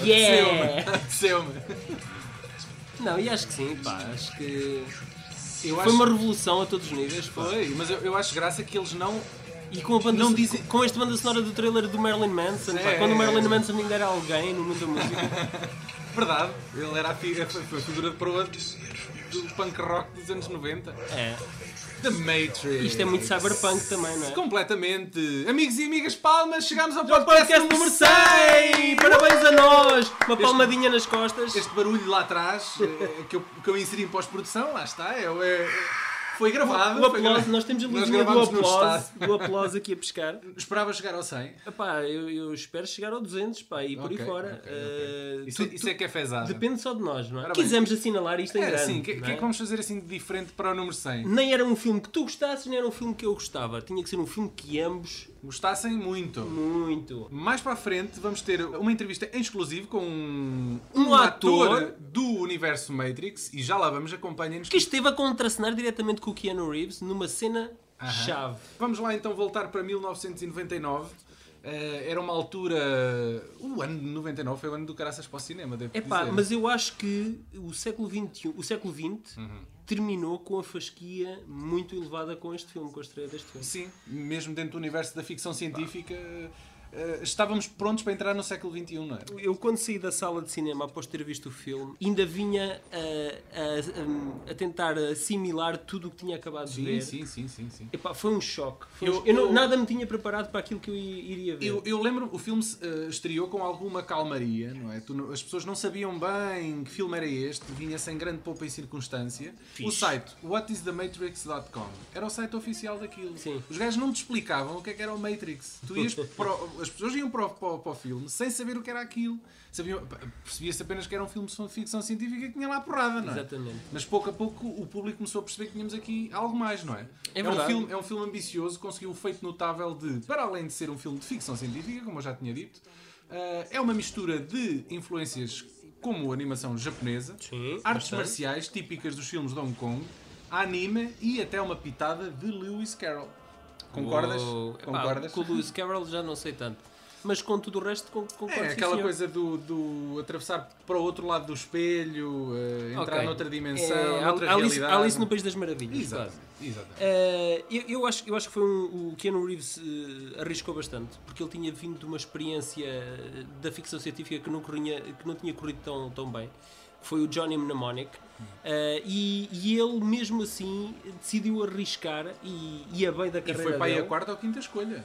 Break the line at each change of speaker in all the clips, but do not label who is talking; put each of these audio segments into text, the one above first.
É.
Yeah!
Selma.
Não, e acho que sim, pá, acho que
Eu
foi
acho
uma revolução a todos os níveis, pá.
foi, mas eu, eu acho graça que eles não.
E com a banda
Não
so-
dizem-
com esta banda sonora do trailer do Marilyn Manson, pá,
É,
quando o
é,
Marilyn
é.
Manson ainda era alguém no mundo da música.
Verdade, ele era a, fi- a- foi a figura de proa do punk rock dos anos 90.
É.
The Matrix.
Isto é muito cyberpunk também, não é?
Completamente. Amigos e amigas, palmas, chegámos ao
O podcast número 100! Parabéns a nós! Uma palmadinha nas costas.
Este barulho lá atrás, eh, que eu, que eu inseri em pós-produção, lá está, é, é- foi
O
gravado. foi
Um aplauso,
gravado.
nós temos a
Nós
luzinha do
gravámos no
aplauso,
estado.
do aplauso aqui a pescar.
Esperava chegar ao 100.
Epá, eu, eu espero chegar ao 200, pá, e por aí
Ok,
fora.
ok,
Eh,
Isso, é-
tu-
isso é que é fezado.
Depende só de nós, não é?
Parabéns.
Quisemos assinalar isto em
É,
grande.
sim, o que,
não
que é
é?
que vamos fazer assim de diferente para o número 100?
Nem era um filme que tu gostasses, nem era um filme que eu gostava. Tinha que ser um filme que ambos
Gostassem muito.
muito.
Mais para a frente vamos ter uma entrevista em exclusivo com um,
Um ator.
do universo Matrix e já lá vamos, acompanhem-nos.
Que esteve a contracenar diretamente com o Keanu Reeves numa cena
Aham.
chave.
Vamos lá então voltar para 1999. Eh, era uma altura. O ano de 99 foi o ano do caraças para o cinema, devo
Epá,
dizer.
mas eu acho que o século XXI, o século XX
Uhum.
terminou com a fasquia muito elevada com este filme, com a estreia deste filme.
Sim, mesmo dentro do universo da ficção científica, eh, estávamos prontos para entrar no século XXI, não é?
Eu, quando saí da sala de cinema após ter visto o filme, ainda vinha a, a- a- a tentar assimilar tudo o que tinha acabado de
Sim,
ver.
sim, sim, sim. sim.
Epá, foi um choque. Foi um
Eu-
choque. Eu não-
eu-
nada me tinha preparado para aquilo que eu i- iria ver.
Eu, eu lembro, o filme eh, estreou com alguma calmaria, não é? Tu não- as pessoas não sabiam bem que filme era este, vinha sem grande poupa e circunstância.
Fixe.
O site whatisthematrix.com era o site oficial daquilo.
Sim.
Os gajos não te explicavam o que é que era o Matrix. Tu ias para o- as pessoas iam para o, para o- para o filme sem saber o que era aquilo. Sabiam- Percebia-se apenas que era um filme de ficção científica que tinha lá porrada, não é?
Exatamente.
Mas pouco a pouco o público começou a perceber que tínhamos aqui algo mais, não é?
É
um
verdade.
filme, é um filme ambicioso, conseguiu um feito notável de, para além de ser um filme de ficção científica, como eu já tinha dito, ah, é uma mistura de influências como a animação japonesa,
Sim,
artes
bastante.
marciais típicas dos filmes de Hong Kong, anime e até uma pitada de Lewis Carroll. Concordas?
Uou. Epá,
Concordas?
Com o Lewis Carroll já não sei tanto. Mas com tudo o resto, con- concordo.
É
sim,
aquela
senhor.
coisa do, do atravessar para o outro lado do espelho, ah, entrar
Ok.
noutra dimensão,
É,
noutra
Alice,
realidade.
Alice no País das Maravilhas.
Exato,
quase.
exato.
Eh, eu, eu acho, eu acho que foi um, o Keanu Reeves eh, arriscou bastante, porque ele tinha vindo de uma experiência eh, da ficção científica que não, corria, que não tinha corrido tão, tão bem. Foi o Johnny Mnemonic. Eh, e, e ele, mesmo assim, decidiu arriscar e, e a bem da
E
carreira
foi para aí
dele.
a quarta ou quinta escolha.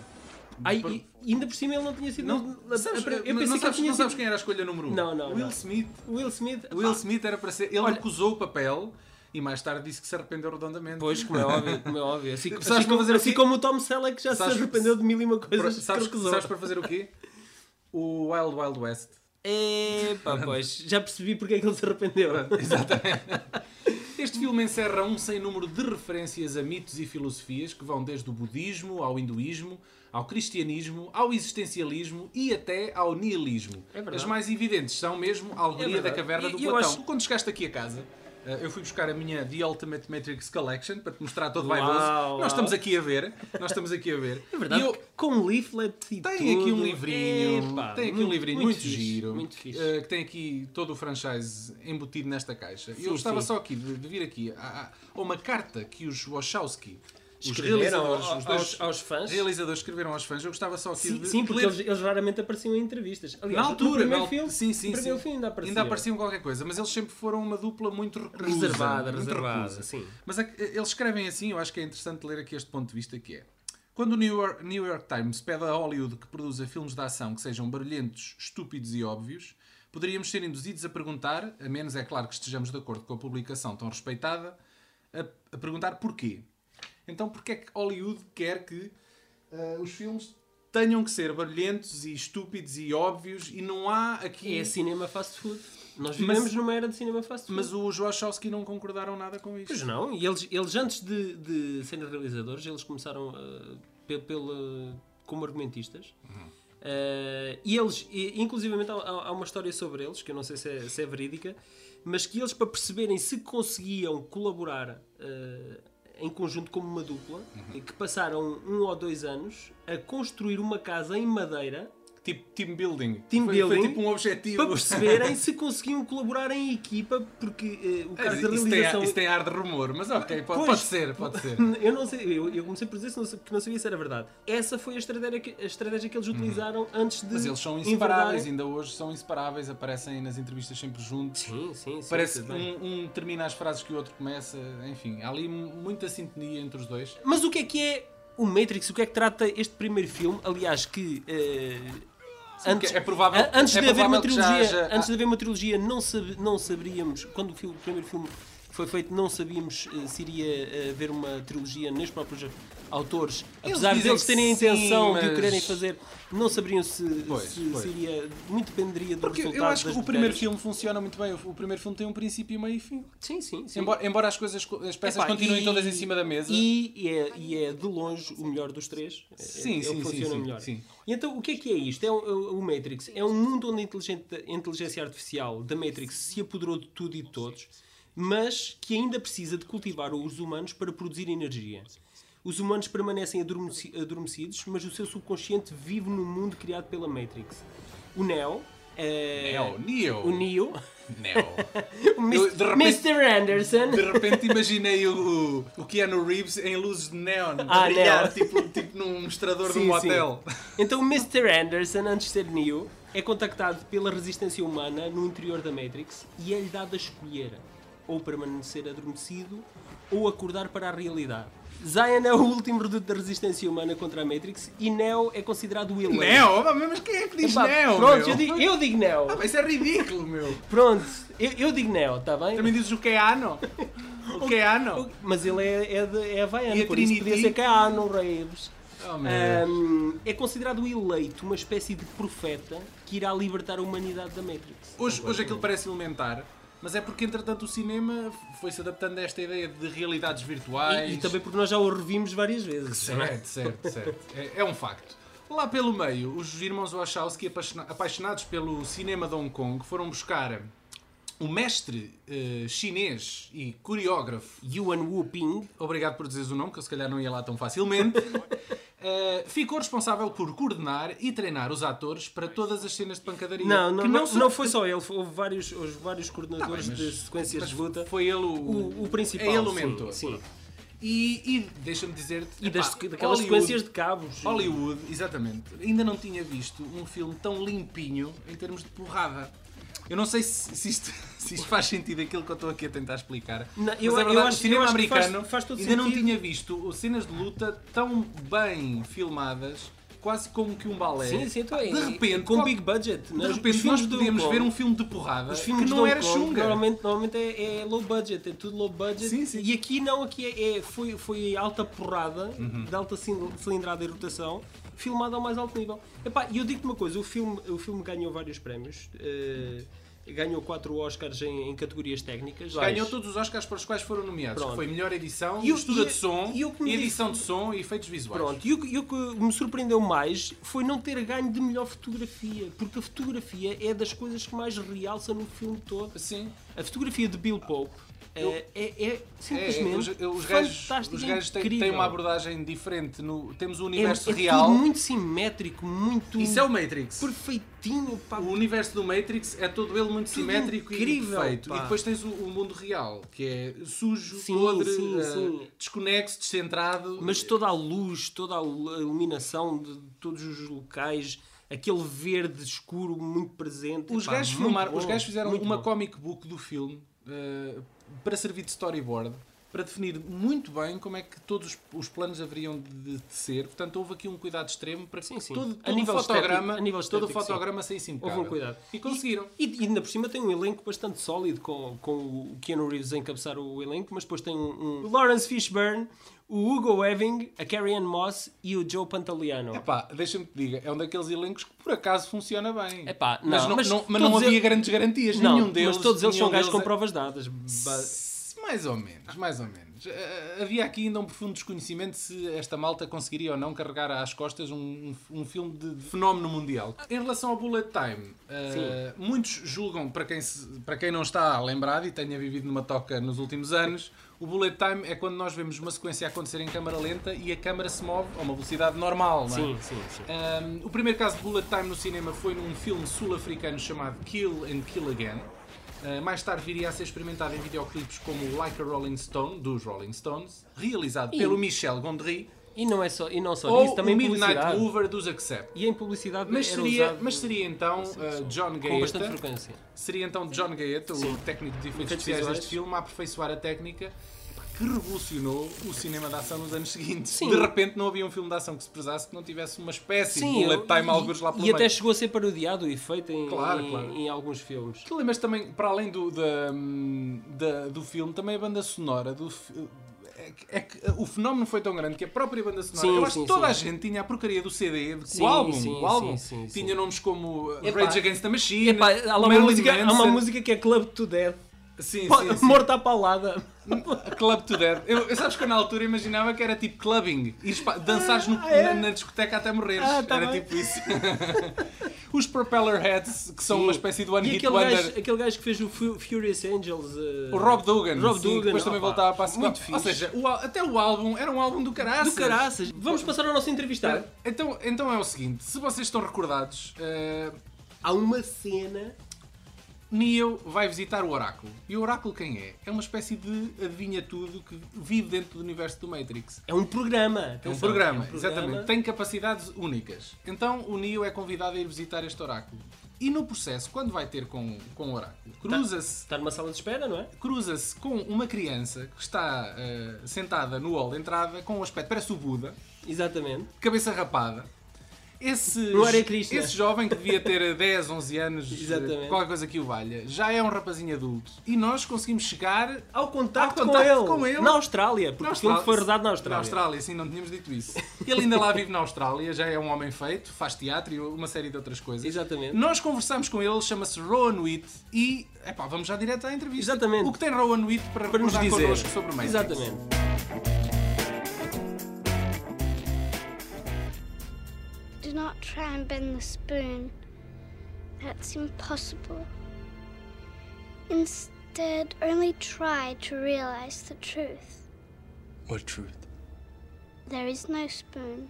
Ai,
Por-
e- e ainda por cima ele não tinha sido.
não,
a- a-
sabes,
eu pensei
não,
que ele
sabes,
tinha
não sabes
sido-
quem era a escolha número um?
Não, não,
Will
não.
Smith.
Will Smith. Ah.
Will
pá,
Smith era para ser. Ele
Olha-
recusou o papel e mais tarde disse que se arrependeu redondamente.
Pois, como é óbvio, como é óbvio. Assim,
Sabes
assim
para
como,
fazer
assim
aqui-
como o Tom Selleck já
Sabes-
se arrependeu de mil e uma coisas.
Para-
que
sabes,
recusou.
sabes para fazer o quê? O Wild Wild West.
Epá, pois, já percebi porque é que ele se arrependeu.
Este filme encerra um sem número de referências a mitos e filosofias que vão desde o budismo ao hinduísmo, ao cristianismo, ao existencialismo e até ao niilismo.
É verdade.
As mais evidentes são mesmo a alegoria
É
da
verdade.
caverna do
E- e eu
Platão.
acho-
Quando chegaste aqui a casa, eh, eu fui buscar a minha The Ultimate Matrix Collection para te mostrar todo
Uau,
vaidoso.
uau.
Nós estamos aqui a ver. Nós estamos aqui a ver.
É verdade,
E eu-
com um leaflet e
tem
tudo.
aqui um livrinho,
Epá,
tem aqui um
muito-
livrinho muito,
fixe,
giro,
Muito fixe.
eh, que tem aqui todo o franchise embutido nesta caixa.
Sim,
eu estava
sim.
só aqui de, de vir aqui a, a uma carta que os Wachowski, os
Escreveram
realizadores,
ao-
os dois
aos, aos fãs.
realizadores escreveram aos fãs. Eu gostava só aqui
Sim,
de
sim,
de
porque
ler
eles, eles raramente apareciam em entrevistas. Aliás,
na
no
altura,
primeiro
na al-
filme,
sim, sim,
no primeiro
sim.
filme ainda apareciam.
ainda apareciam qualquer coisa, mas eles sempre foram uma dupla muito reclusa,
Reservada,
muito
reservada,
reclusa.
sim.
Mas é que, eh, eles escrevem assim, eu acho que é interessante ler aqui este ponto de vista que é. Quando o New York, New York Times pede a Hollywood que produza filmes de ação que sejam barulhentos, estúpidos e óbvios, poderíamos ser induzidos a perguntar, a menos é claro que estejamos de acordo com a publicação tão respeitada, a, a perguntar porquê. Então, porquê é que Hollywood quer que eh, os filmes tenham que ser barulhentos e estúpidos e óbvios e não há aqui
É cinema fast food. Nós
Mas-
vivemos numa era de cinema fast food.
mas os Wachowski não concordaram nada com isto.
Pois não, e eles, eles antes de, de serem realizadores, eles começaram ah, pe- pela, como argumentistas. Ah, e eles, e, inclusivamente, há, há- há uma história sobre eles, que eu não sei se é, se é verídica, mas que eles, para perceberem se conseguiam colaborar ah, em conjunto como uma dupla, e que passaram um ou dois anos a construir uma casa em madeira
Tipo team building.
Team
foi, Foi
building.
tipo um objetivo.
Para perceberem se conseguiam colaborar em equipa, porque eh, o caso da
É, isso, tem,
realização.
isso tem ar de rumor, mas ok, pode,
Pois.
pode ser, pode ser.
Eu não sei, eu, eu comecei por dizer se não, sa- que não sabia se era verdade. Essa foi a estratégia que, a estratégia que eles utilizaram antes de.
Uhum. Mas eles são inseparáveis, ainda hoje são inseparáveis, aparecem nas entrevistas sempre juntos.
Sim, sim, sim.
Parece que
tudo bem.
um, um termina as frases que o outro começa, enfim, há ali mu- muita sintonia entre os dois.
Mas o que é que é o Matrix? O que é que trata este primeiro filme? Aliás, que. eh, antes,
que é provável-
a- antes
é
de haver uma
provável que já
trilogia,
haja-
antes de haver uma trilogia não, sab- não saberíamos, quando o, filme- o primeiro filme foi feito, não sabíamos eh, se iria eh, haver uma trilogia nos próprios autores.
Eles
Apesar de
dizem
eles terem a
que sim,
intenção de o
mas-
quererem fazer, não saberiam se,
Pois,
se-
pois.
se iria. Muito dependeria do
Porque
resultado.
eu acho que
das
o primeiro
batalhas.
filme funciona muito bem. O o primeiro filme tem um princípio, meio e fim.
Sim, sim, sim.
Embora, embora as coisas, co- as peças
Epá,
continuem
e-
todas em cima da mesa.
E, e é, e é de longe o melhor dos três. É-
Sim,
é o que
sim, sim,
funciona
sim,
melhor.
sim.
E então, o que é que é isto? É o, o Matrix. É um mundo onde a inteligente- a inteligência artificial da Matrix se apoderou de tudo e de todos, mas que ainda precisa de cultivar os humanos para produzir energia. Os humanos permanecem adormeci- adormecidos, mas o seu subconsciente vive no mundo criado pela Matrix. O Neo. É,
Neo, Neo.
O Neo.
Neo.
O Mis-
de repente-
Mr. Anderson.
De repente imaginei o, o Keanu Reeves em luzes de neon, a
Ah,
brilhar,
neon.
tipo, tipo num mostrador de
Sim,
um
sim.
hotel.
Então o Mr. Anderson, antes de ser Neo, é contactado pela resistência humana no interior da Matrix e é-lhe dado a escolher ou permanecer adormecido ou acordar para a realidade. Zion é o último reduto da resistência humana contra a Matrix e Neo é considerado o eleito.
Neo? Ah, Mas quem é que diz
Epá,
Neo?
pronto,
meu?
eu digo, eu digo Neo.
Ah, Isso é ridículo, meu.
Pronto, eu, eu digo Neo, está bem?
Também dizes o Keanu. O Keanu.
Mas ele é, é, de, é havaiano,
é E a
por isso
Trinity?
podia ser que há no Reeves.
Oh, meu Deus.
Ahm, é considerado o eleito, uma espécie de profeta que irá libertar a humanidade da Matrix.
Hoje, hoje aquilo parece elementar, mas é porque entretanto o cinema foi-se adaptando a esta ideia de realidades virtuais.
E, e também porque nós já o revimos várias vezes. não é?
Certo, certo, certo. É, é um facto. Lá pelo meio, os irmãos Wachowski, apaixona- apaixonados pelo cinema de Hong Kong, foram buscar o mestre eh, chinês e coreógrafo.
Yuan Wu Ping,
Obrigado por dizeres o nome, que eu se calhar não ia lá tão facilmente. Eh, ficou responsável por coordenar e treinar os atores para todas as cenas de pancadaria.
Não, não,
que
não,
se-
não foi só ele, houve vários, houve vários coordenadores
Tá bem, mas-
de sequências
mas
de luta.
Foi ele o,
O- o principal,
É ele o
sim,
mentor.
sim.
E, e deixa-me dizer-te.
E das,
epá,
daquelas
Hollywood-
sequências de cabos.
Hollywood, exatamente. Ainda não tinha visto um filme tão limpinho em termos de porrada. Eu não sei se, se isto, se isto faz sentido aquilo que eu estou aqui a tentar explicar.
Não,
mas
eu-
a
eu
verdade,
acho-
o cinema
eu acho que faz-
americano
faz todo
ainda não
sentido.
tinha visto cenas de luta tão bem filmadas, quase como que um balé.
Sim, sim, então é.
de repente,
com
qual-
big budget.
de
nós- os
repente
filmes
nós
do
podemos
Hong
ver um
Kong,
filme de porrada
os
que
filmes
não
do Hong
era
Kong,
chunga.
Normalmente, normalmente é, é low budget, é tudo low budget.
Sim, sim.
E aqui não, aqui é, é- foi, foi alta porrada,
Uhum.
de alta cil- cilindrada e rotação, filmada ao mais alto nível. Epá, E eu digo-te uma coisa, o filme, o filme ganhou vários prémios. eh, ganhou quatro Oscars em, em categorias técnicas.
Ganhou
Vais.
todos os Oscars para os quais foram nomeados.
Pronto.
Foi melhor edição,
E o-
mistura
e-
de som,
e o que me
edição de som e efeitos visuais.
Pronto, e o, que- e o que me surpreendeu mais foi não ter ganho de melhor fotografia, porque a fotografia é das coisas que mais realça no filme todo.
Sim.
A fotografia de Bill Pope é,
Eu-
é- é
É,
simplesmente
os, os gajos,
fantástica,
os gajos têm,
incrível.
têm uma abordagem diferente. No, temos o
É-
universo
é tudo
real.
muito simétrico, muito
Isso é o Matrix.
perfeitinho, pá.
O universo do Matrix é todo ele muito
Tudo
simétrico e
incrível,
perfeito.
pá.
E depois tens o, o mundo real, que é sujo,
Sim,
podre,
sim,
eh,
sim.
desconexo, descentrado.
Mas toda a luz, toda a iluminação de todos os locais, aquele verde escuro muito presente.
os,
pá,
gajos
muito
filmaram,
bom,
os gajos fizeram
muito
uma
bom.
comic book do filme eh, para servir de storyboard. Para definir muito bem como é que todos os- os planos haveriam de, de ser. Portanto, houve aqui um cuidado extremo para que
Sim, sim.
todo,
A
todo o
nível estético-
fotograma,
a nível
todo o
estético, sim.
fotograma saísse impecável.
Houve um cuidado.
E conseguiram.
E, e ainda por cima tem um elenco bastante sólido, com, com o Keanu Reeves a encabeçar o elenco, mas depois tem um, um Lawrence Fishburne, o Hugo Weaving, a Carrie Ann Moss e o Joe Pantoliano.
Epá, deixa-me te diga, é um daqueles elencos que por acaso funciona bem.
Epá,
mas
não,
não,
mas
não- mas não
todos
havia
eles-
grandes garantias,
Não,
nenhum deles. é-
mas todos eles
nenhum
são gajos com
deles
provas dadas. ba-
é- Mais ou menos, mais ou menos. Eh, Havia aqui ainda um profundo desconhecimento se esta malta conseguiria ou não carregar às costas um, um- um filme de de fenómeno mundial. Em relação ao Bullet Time, eh, muitos julgam, para quem, se- para quem não está lembrado e tenha vivido numa toca nos últimos anos, o Bullet Time é quando nós vemos uma sequência acontecer em câmara lenta e a câmara se move a uma velocidade normal, não é?
Sim, sim, sim.
Um, o primeiro caso de bullet time no cinema foi num filme sul-africano chamado Kill and Kill Again. Uh, mais tarde viria a ser experimentado em videoclipes como Like a Rolling Stone, dos Rolling Stones, realizado pelo Michel Gondry,
E não, é só, e não só
ou
isso, também
o Midnight
publicidade.
Mover dos Accept.
E em publicidade
Mas
era
seria,
usado
mas seria então uh, John
com bastante
Gaeta,
frequência.
seria então John Gaeta, o técnico de efeitos
Efeitos
especiais
visuais.
deste filme, a aperfeiçoar a técnica que revolucionou o cinema de ação nos anos seguintes.
Sim.
De repente não havia um filme de ação que se prezasse que não tivesse uma espécie de bullet
eu-
time
e,
alguns lá
e
pelo meio.
até chegou a ser parodiado e feito em,
Claro,
em,
claro.
em alguns filmes.
Tu lembras também, para além do, da, hum, da- do filme, também a banda sonora do fi- é que- é que o fenómeno foi tão grande que a própria banda sonora,
Sim,
eu acho
sim,
que toda
sim.
a gente tinha a porcaria do CD, do
Sim,
álbum,
sim,
o álbum.
sim, sim,
tinha
sim.
nomes como uh,
Epá,
Rage Against the Machine,
Epá, há, lá uma
Marilyn
música, há uma
Manson.
música que é Club to Dead.
Sim, sim,
Morta
sim.
Morto à palada.
Club to Dead. Eu, eu sabes que eu na altura imaginava que era tipo clubbing. Ires pa- dançares no-
Ah, é?
na, na discoteca até morreres.
Ah, tá
era
bem.
tipo isso. Os Propeller Heads, que são uma espécie de One
E
Hit
aquele
Wonder.
gajo, aquele gajo que fez o Fu- Furious Angels. eh,
O Rob Dugan.
Rob
sim,
Dugan,
que Depois também
opa,
voltava para a segunda.
muito
Ou
fixe.
seja, o al- até o álbum era um álbum do caraças.
Do caraças. Vamos passar ao nosso entrevistado.
Espera, Então, então é o seguinte, se vocês estão recordados, eh,
Há uma cena.
Neo vai visitar o Oráculo. E o Oráculo quem é? É uma espécie de adivinha tudo que vive dentro do universo do Matrix.
É um programa.
É um,
atenção,
programa,
é um
exatamente. Tem capacidades únicas. Então o Neo é convidado a ir visitar este Oráculo. E no processo, quando vai ter com, com o Oráculo,
Tá.
cruza-se
Está numa sala de espera, não é?
cruza-se com uma criança que está eh, sentada no hall de entrada com um aspecto, parece o Buda,
Exatamente.
cabeça rapada. Esse,
No Hare Krishna.
esse jovem que devia ter 10, 11 anos, eh,
Exatamente.
qualquer coisa que o valha, já é um rapazinho adulto. E nós conseguimos chegar
Ao contacto,
Ao
com,
contacto
ele.
com ele.
Na Austrália. Porque
na
o filme foi rodado na Austrália.
Na Austrália, sim, não tínhamos dito isso. Ele ainda lá vive na Austrália, já é um homem feito, faz teatro e uma série de outras coisas.
Exatamente.
Nós conversamos com ele, chama-se Rowan Witt e, epá, vamos já direto à entrevista.
Exatamente.
O que tem Rowan Witt para,
Para nos
recordar
dizer.
connosco sobre o Matrix?
Exatamente.
Do not try and bend the spoon. That's impossible. Instead, only try to realize the truth.
What truth?
There is no spoon.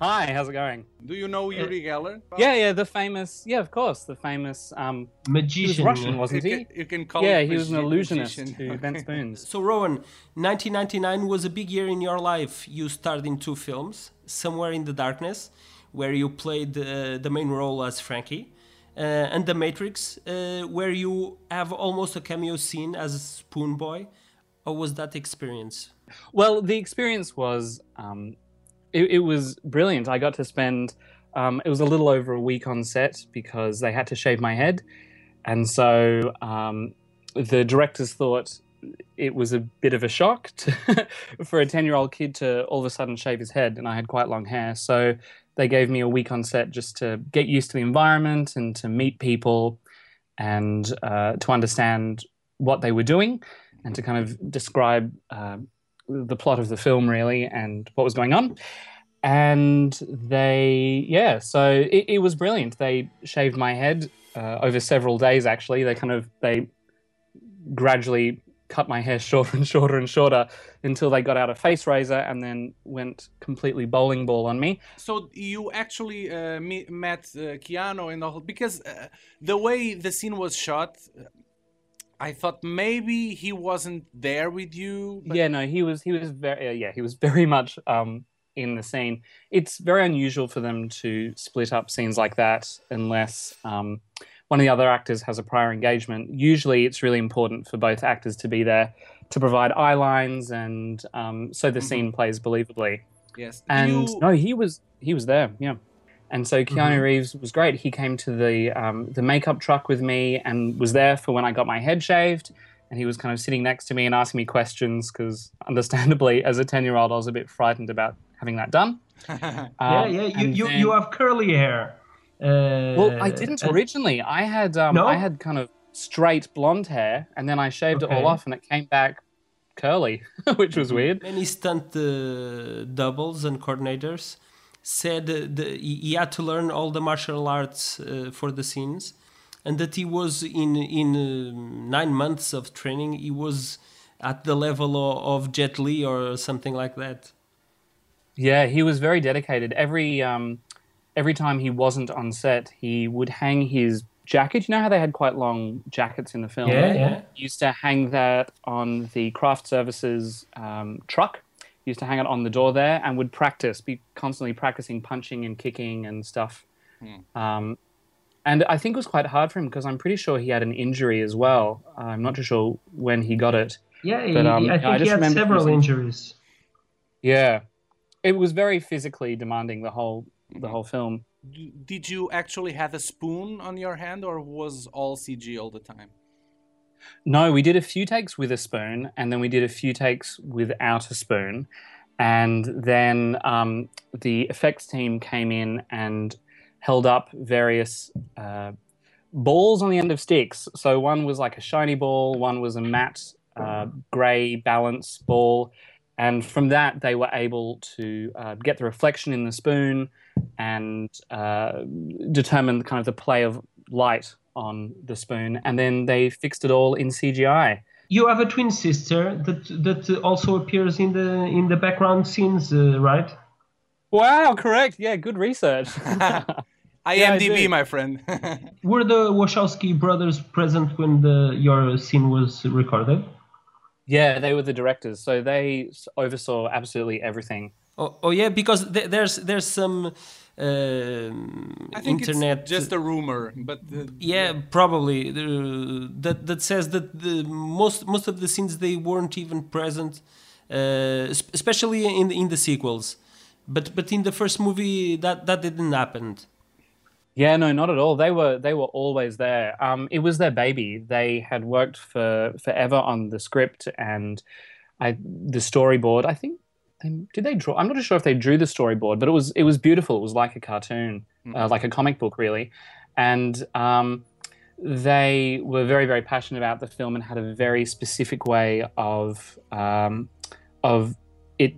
Hi, how's it going?
Do you know Yuri Geller?
Eh, Yeah, yeah, the famous, yeah, of course, the famous. Um, he was
Magician.
Russian, wasn't he?
You can call
Yeah,
him
he was an
magi-
illusionist
magician.
who bent spoons.
So, Rowan, 1999 was a big year in your life. You starred in two films Somewhere in the Darkness, where you played uh, the main role as Frankie, uh, and The Matrix, uh, where you have almost a cameo scene as Spoon Boy. How was that experience?
Well, the experience was, um, it, it was brilliant. I got to spend, um, it was a little over a week on set because they had to shave my head, and so um, the directors thought it was a bit of a shock to, for a ten-year-old kid to all of a sudden shave his head, and I had quite long hair, so they gave me a week on set just to get used to the environment and to meet people and uh, to understand what they were doing and to kind of describe uh, the plot of the film really and what was going on and they yeah so it, it was brilliant they shaved my head uh, over several days actually they kind of they gradually cut my hair shorter and shorter and shorter until they got out a face razor and then went completely bowling ball on me
So you actually uh, me- met uh, Keanu in the whole because uh, the way the scene was shot, uh, I thought maybe he wasn't there with you. but-
yeah no he was he was very uh, yeah he was very much um in the scene it's very unusual for them to split up scenes like that unless um one of the other actors has a prior engagement usually it's really important for both actors to be there to provide eye lines and um so the scene plays believably
Yes.
and
you,
no he was he was there yeah and so keanu
Mm-hmm.
reeves was great he came to the um, the makeup truck with me and was there for when i got my head shaved and he was kind of sitting next to me and asking me questions because understandably as a 10 year old i was a bit frightened about having that done Um,
yeah, yeah. You,
and
you,
then-
you have curly hair. Uh,
well i didn't
and-
originally i had um,
No?
i had kind of straight blonde hair and then i shaved it all
Okay. Mm-hmm.
off and it came back Curly, which was weird.
Many stunt uh, doubles and coordinators said uh, the, he he had to learn all the martial arts uh, for the scenes, and that he was in in um, nine months of training. He was at the level of, of Jet Li or something like that.
Yeah, he was very dedicated. Every um, every time he wasn't on set, he would hang his jacket. You know how they had quite long jackets in the film.
Yeah, yeah.
He used to hang that on the craft services um, truck. He used to hang it on the door there and would practice, be constantly practicing punching and kicking and stuff. Um, and I think it was quite hard for him because I'm pretty sure he had an injury as well. I'm not too sure when he got it.
Yeah, he,
But, um,
he- I
I
think he
just
had
remember
several
using-
injuries.
Yeah, it was very physically demanding the whole the whole film.
D- Did you actually have a spoon on your hand, or was all CG all the time?
No, we did a few takes with a spoon, and then we did a few takes without a spoon, and then um, the effects team came in and held up various uh, balls on the end of sticks. So one was like a shiny ball, one was a matte uh, grey balance ball, and from that they were able to uh, get the reflection in the spoon and uh, determine kind of the play of light on the spoon, and then they fixed it all in CGI.
You have a twin sister that that also appears in the in the background scenes, uh, right?
Wow, correct. Yeah, good research.
IMDb,
do.
my friend.
Were the Wachowski brothers present when the your scene was recorded?
yeah, they were the directors, so they s- oversaw absolutely everything.
Oh, oh yeah, because th- there's there's some um
I think
internet
it's just a rumor, but uh,
yeah, probably uh, that that says that the most most of the scenes they weren't even present, uh, es- especially in the, in the sequels, but but in the first movie that that didn't happen.
Yeah, no, not at all. They were they were always there. Um, it was their baby. They had worked for forever on the script and I, the storyboard. I think they, did they draw? I'm not sure if they drew the storyboard, but it was it was beautiful. It was like a cartoon, uh, like a comic book, really. And um, they were very very passionate about the film and had a very specific way of um, of it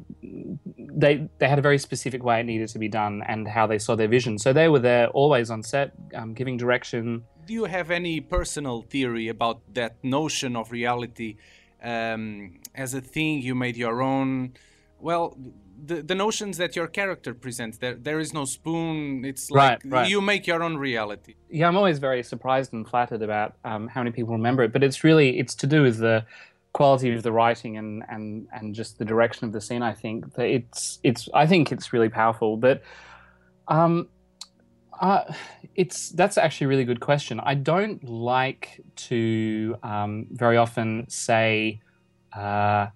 they they had a very specific way it needed to be done and how they saw their vision. So they were there always on set, um, giving direction.
do you have any personal theory about that notion of reality um, as a thing you made your own? Well, the, the notions that your character presents, there, there is no spoon. It's like
Right, right.
you make your own reality.
Yeah, I'm always very surprised and flattered about um, how many people remember it, but it's really it's to do with the quality of the writing and and and just the direction of the scene. I think that it's it's I think it's really powerful, but um, uh, it's that's actually a really good question. I don't like to um, very often say. Uh,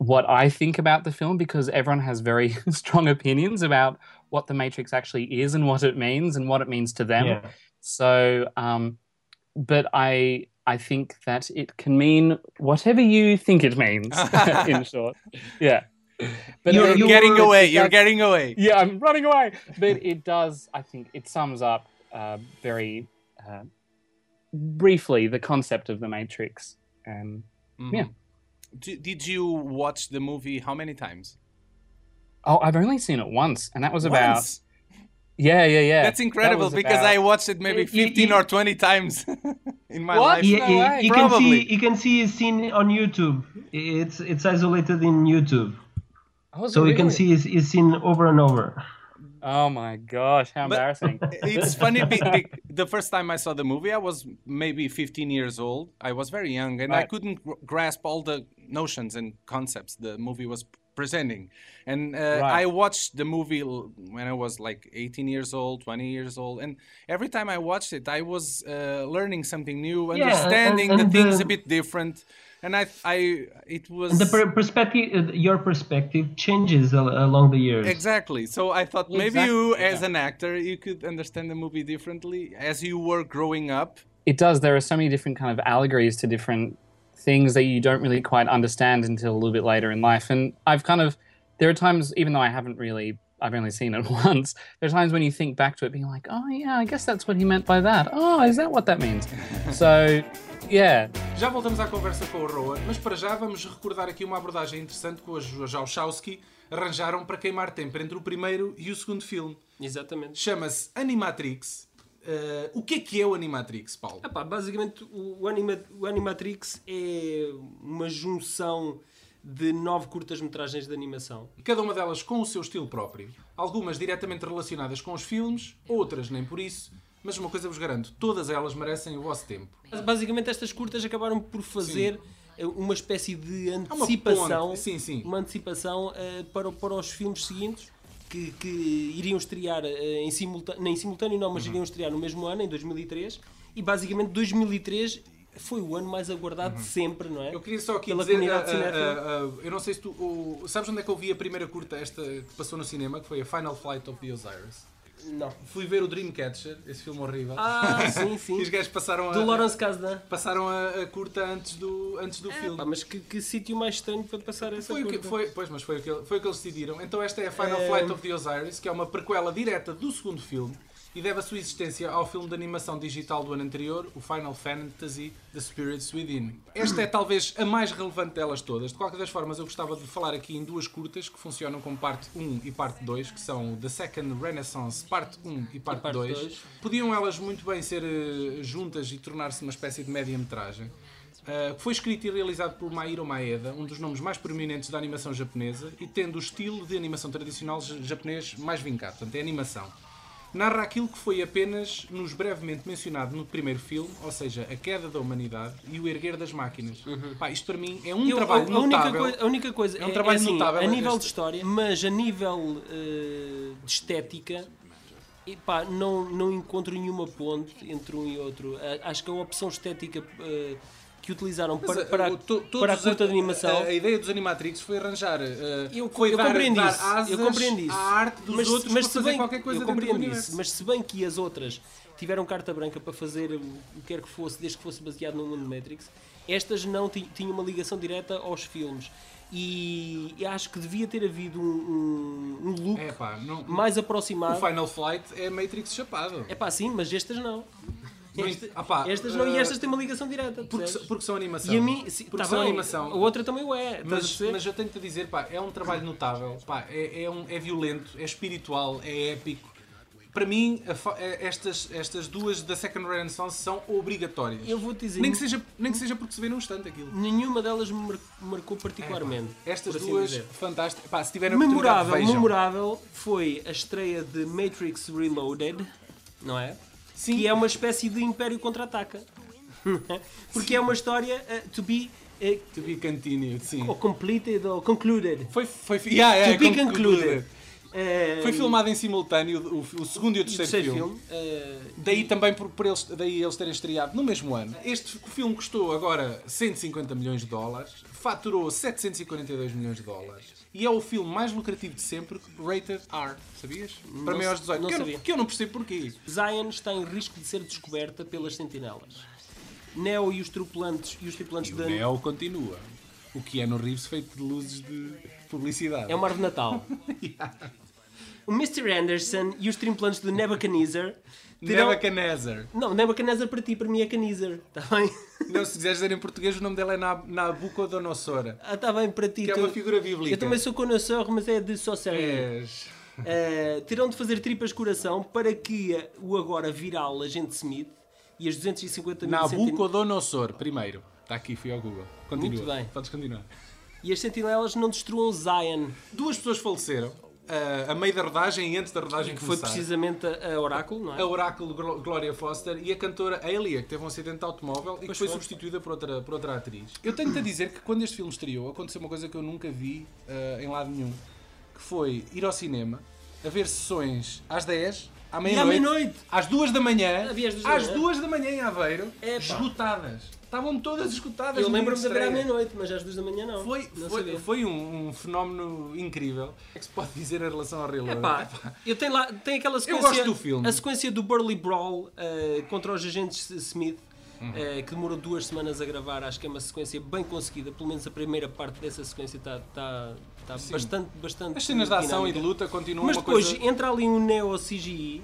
what I think about the film because everyone has very strong opinions about what the Matrix actually is and what it means and what it means to them.
Yeah.
So, um, but I I think that it can mean whatever you think it means. in short, yeah. But
You're-
it-
You
getting
were-
away. You're
that's-
getting away.
yeah, I'm running away. But it does. I think it sums up uh, very uh, briefly the concept of the Matrix. Um,
Mhm.
Yeah.
D- did you watch the movie how many times?
oh, I've only seen it once, and that was about
Once.
yeah, yeah, yeah.
That's
That
incredible
was
because
about-
I watched it maybe
It- it-
15
it-
or 20 times in my
What?
life.
You,
no
you-
way.
you can
Probably.
see you can see his scene on YouTube. It's it's isolated in YouTube,
I was
so you can
really-
see his, his scene over and over.
Oh my gosh, how
But-
embarrassing!
it's funny be, be- the first time i saw the movie i was maybe 15 years old i was very young and i
Right.
couldn't gr- grasp all the notions and concepts the movie was presenting and uh,
Right.
i watched the movie l- when i was like 18 years old 20 years old and every time i watched it i was uh, learning something new
and-
understanding
and
the things
the-
a bit different and i i it was
And the per- perspective, uh, your perspective changes al- along the years.
Exactly. So I thought maybe you, as an actor, you could understand the movie differently as you were growing up.
it does. There are so many different kind of allegories to different things that you don't really quite understand until a little bit later in life. And I've kind of there are times, even though I haven't really, I've only seen it once. There are times when you think back to it, being like, oh yeah, I guess that's what he meant by that. Oh, is that what that means? so Yeah.
Já voltamos à conversa com o Rowan, mas para já vamos recordar aqui uma abordagem interessante que os os Wachowski arranjaram para queimar tempo entre o primeiro e o segundo filme.
Exatamente.
Chama-se Animatrix. Eh, o que é que é o Animatrix, Paulo?
Epá, basicamente, o, o Anima- o Animatrix é uma junção de nove curtas-metragens de animação.
Cada uma delas com o seu estilo próprio. Algumas diretamente relacionadas com os filmes, outras nem por isso. Mas uma coisa vos garanto, todas elas merecem o vosso tempo.
Mas, Basicamente, estas curtas acabaram por fazer eh, uma espécie de
É uma
antecipação,
ponte, sim, sim.
uma antecipação eh, para, para os filmes seguintes que, que iriam estrear eh, em simultâneo, nem em simultâneo não, mas
Uhum.
iriam estrear no mesmo ano, em 2003, e basicamente 2003 foi o ano mais aguardado de sempre, não é?
Uhum. Eu queria só aqui
Pela
dizer,
comunidade
ah, ah,
cinéfila.
ah, ah, eu não sei se tu, o- sabes onde é que eu vi a primeira curta esta que passou no cinema, que foi a Final Flight of the Osiris.
Não.
Fui ver o Dreamcatcher, esse filme horrível.
Ah, sim,
E
sim.
os gajos passaram a,
Do Lawrence Kasdan.
passaram a, a curta antes do, antes do filme.
Pá, Ah, tá, mas que, que sítio mais estranho para passar essa
Foi o que,
curta.
foi, pois, mas foi o, que, ele- foi o que eles decidiram. Então esta é a Final Flight of the Osiris, que é uma prequela direta do segundo filme e deve a sua existência ao filme de animação digital do ano anterior, o Final Fantasy The Spirits Within. Esta é talvez a mais relevante delas todas. De qualquer das formas, eu gostava de falar aqui em duas curtas que funcionam como parte 1 e parte 2, que são o The Second Renaissance, parte 1 e parte,
parte
2.
dois.
Podiam elas muito bem ser eh, juntas e tornar-se uma espécie de média-metragem. Uh, que foi escrito e realizado por Mairo Maeda, um dos nomes mais prominentes da animação japonesa e tendo o estilo de animação tradicional ja- japonês mais vincado, portanto é animação. Narra aquilo que foi apenas nos brevemente mencionado no primeiro filme, ou seja, a queda da humanidade e o erguer das máquinas. Pá, isto para mim é um
Uhum. Eu-
trabalho
a, única
notável.
coisa, a única coisa
É um trabalho
assim,
notável
a nível
este.
de história, mas a nível eh, de estética, e pá, não, não encontro nenhuma ponte entre um e outro. A- Acho que a opção estética eh, que utilizaram para,
Mas,
para,
uh, to-
para a
todos
curta de animação.
A, a ideia dos animatrix foi arranjar. uh,
eu,
foi
eu
dar,
compreendo
dar
isso,
asas
eu compreendo isso.
à arte dos
mas,
outros
mas
para
se
fazer
bem,
qualquer coisa
eu
dentro do
compreendo
universo.
isso, mas se bem que as outras tiveram carta branca para fazer o o que quer que fosse, desde que fosse baseado no mundo Matrix, estas não ti- tinham uma ligação direta aos filmes. E eu acho que devia ter havido um, um- um look
É pá, não-
mais
o
aproximado.
Final Flight é Matrix chapado.
É pá, sim, mas estas não.
Não,
Este-
ah pá,
estas não, e
eh,
estas têm uma ligação direta.
Porque,
percebes?
so- porque são animação.
e a mim, sim,
porque
tá
são
bem,
animação.
A outra também o é. estás a
mas,
perceber?
mas eu tenho-te a dizer, pá, é um trabalho notável, pá, é, é, um- é violento, é espiritual, é épico. Para mim, a fa- eh, estas, estas duas da Second Renaissance são obrigatórias.
eu vou te dizer. um-
nem, que seja, nem que seja porque se vê num instante aquilo.
Nenhuma delas me mar- marcou particularmente.
É, Estas
por assim
duas,
dizer.
fantásticas. Pá, se tiverem oportunidade,
Memorável,
vejam.
memorável foi a estreia de Matrix Reloaded, não é?
Sim.
Que é uma espécie de Império contra-ataca. Porque é uma história uh, to be uh,
To be continued, sim.
or completed or concluded.
Foi, foi, fi- yeah, yeah,
to be
concluded.
concluded. Eh,
Foi filmado em simultâneo o, o segundo e o
e o
terceiro,
terceiro
filme.
filme. eh,
Daí também por, por eles, daí eles terem estreado no mesmo ano. Este filme custou agora 150 milhões de dólares, faturou 742 milhões de dólares e é o filme mais lucrativo de sempre, rated R. Sabias? Para
Hum, Não
maiores de 18.
não
que, eu
sabia.
não, que eu não percebo porquê.
Zion está em risco de ser descoberta pelas sentinelas. Neo e os tripulantes e os tripulantes da
continua. O que é no Reeves feito de luzes de publicidade.
É uma árvore de Natal. O Mr. Anderson e os tripulantes do Nebuchadnezzar terão...
Nebuchadnezzar.
Não, Nebuchadnezzar para ti, para mim é Canizer. Está bem?
Não, se quiseres dizer em português, o nome dela é Nab- Nabucodonosora.
Ah, está bem para ti.
Que é
tu-
uma figura bíblica.
Eu também sou connoisseur, mas é de só sério.
És.
Ah, terão de fazer tripas de coração para que ah, o agora viral agente Smith e as 250 mil sentin-
É, Nabucodonosor, primeiro. Está aqui, fui ao Google. Continua.
Muito bem.
Podes continuar.
e as sentinelas não destruam Zion,
Duas pessoas faleceram, ah, a meio da rodagem e antes da rodagem
que
É que
foi
começar.
precisamente a, a Oráculo, não é?
A oráculo Glo- Gloria Foster e a cantora Alia, que teve um acidente de automóvel e que foi substituída por outra, por outra atriz. Eu tenho-te a dizer que quando este filme estreou, aconteceu uma coisa que eu nunca vi ah, em lado nenhum, que foi ir ao cinema, a ver sessões às 10, à meia-noite,
meia-noite.
às 2 da manhã,
Havia às duas da
às
manhã.
2 da manhã em Aveiro,
Epá.
esgotadas. Estavam todas esgotadas.
Eu
no dia
lembro-me de haver à
estreia.
meia-noite, mas às duas da manhã não.
Foi,
não
foi,
sabia.
foi um, um fenómeno incrível. O que é que se pode dizer em relação ao Reloaded?
É Pá,
Epá,
eu tenho lá, tem aquela sequência.
gosto do filme.
A sequência do Burly Brawl eh, contra os agentes Smith,
Uhum.
eh, que demorou duas semanas a gravar, acho que é uma sequência bem conseguida. Pelo menos a primeira parte dessa sequência está tá, tá bastante, bastante.
As cenas de é ação e de
dinâmica.
luta continuam
Mas
uma
depois
coisa...
entra ali um Neo CGI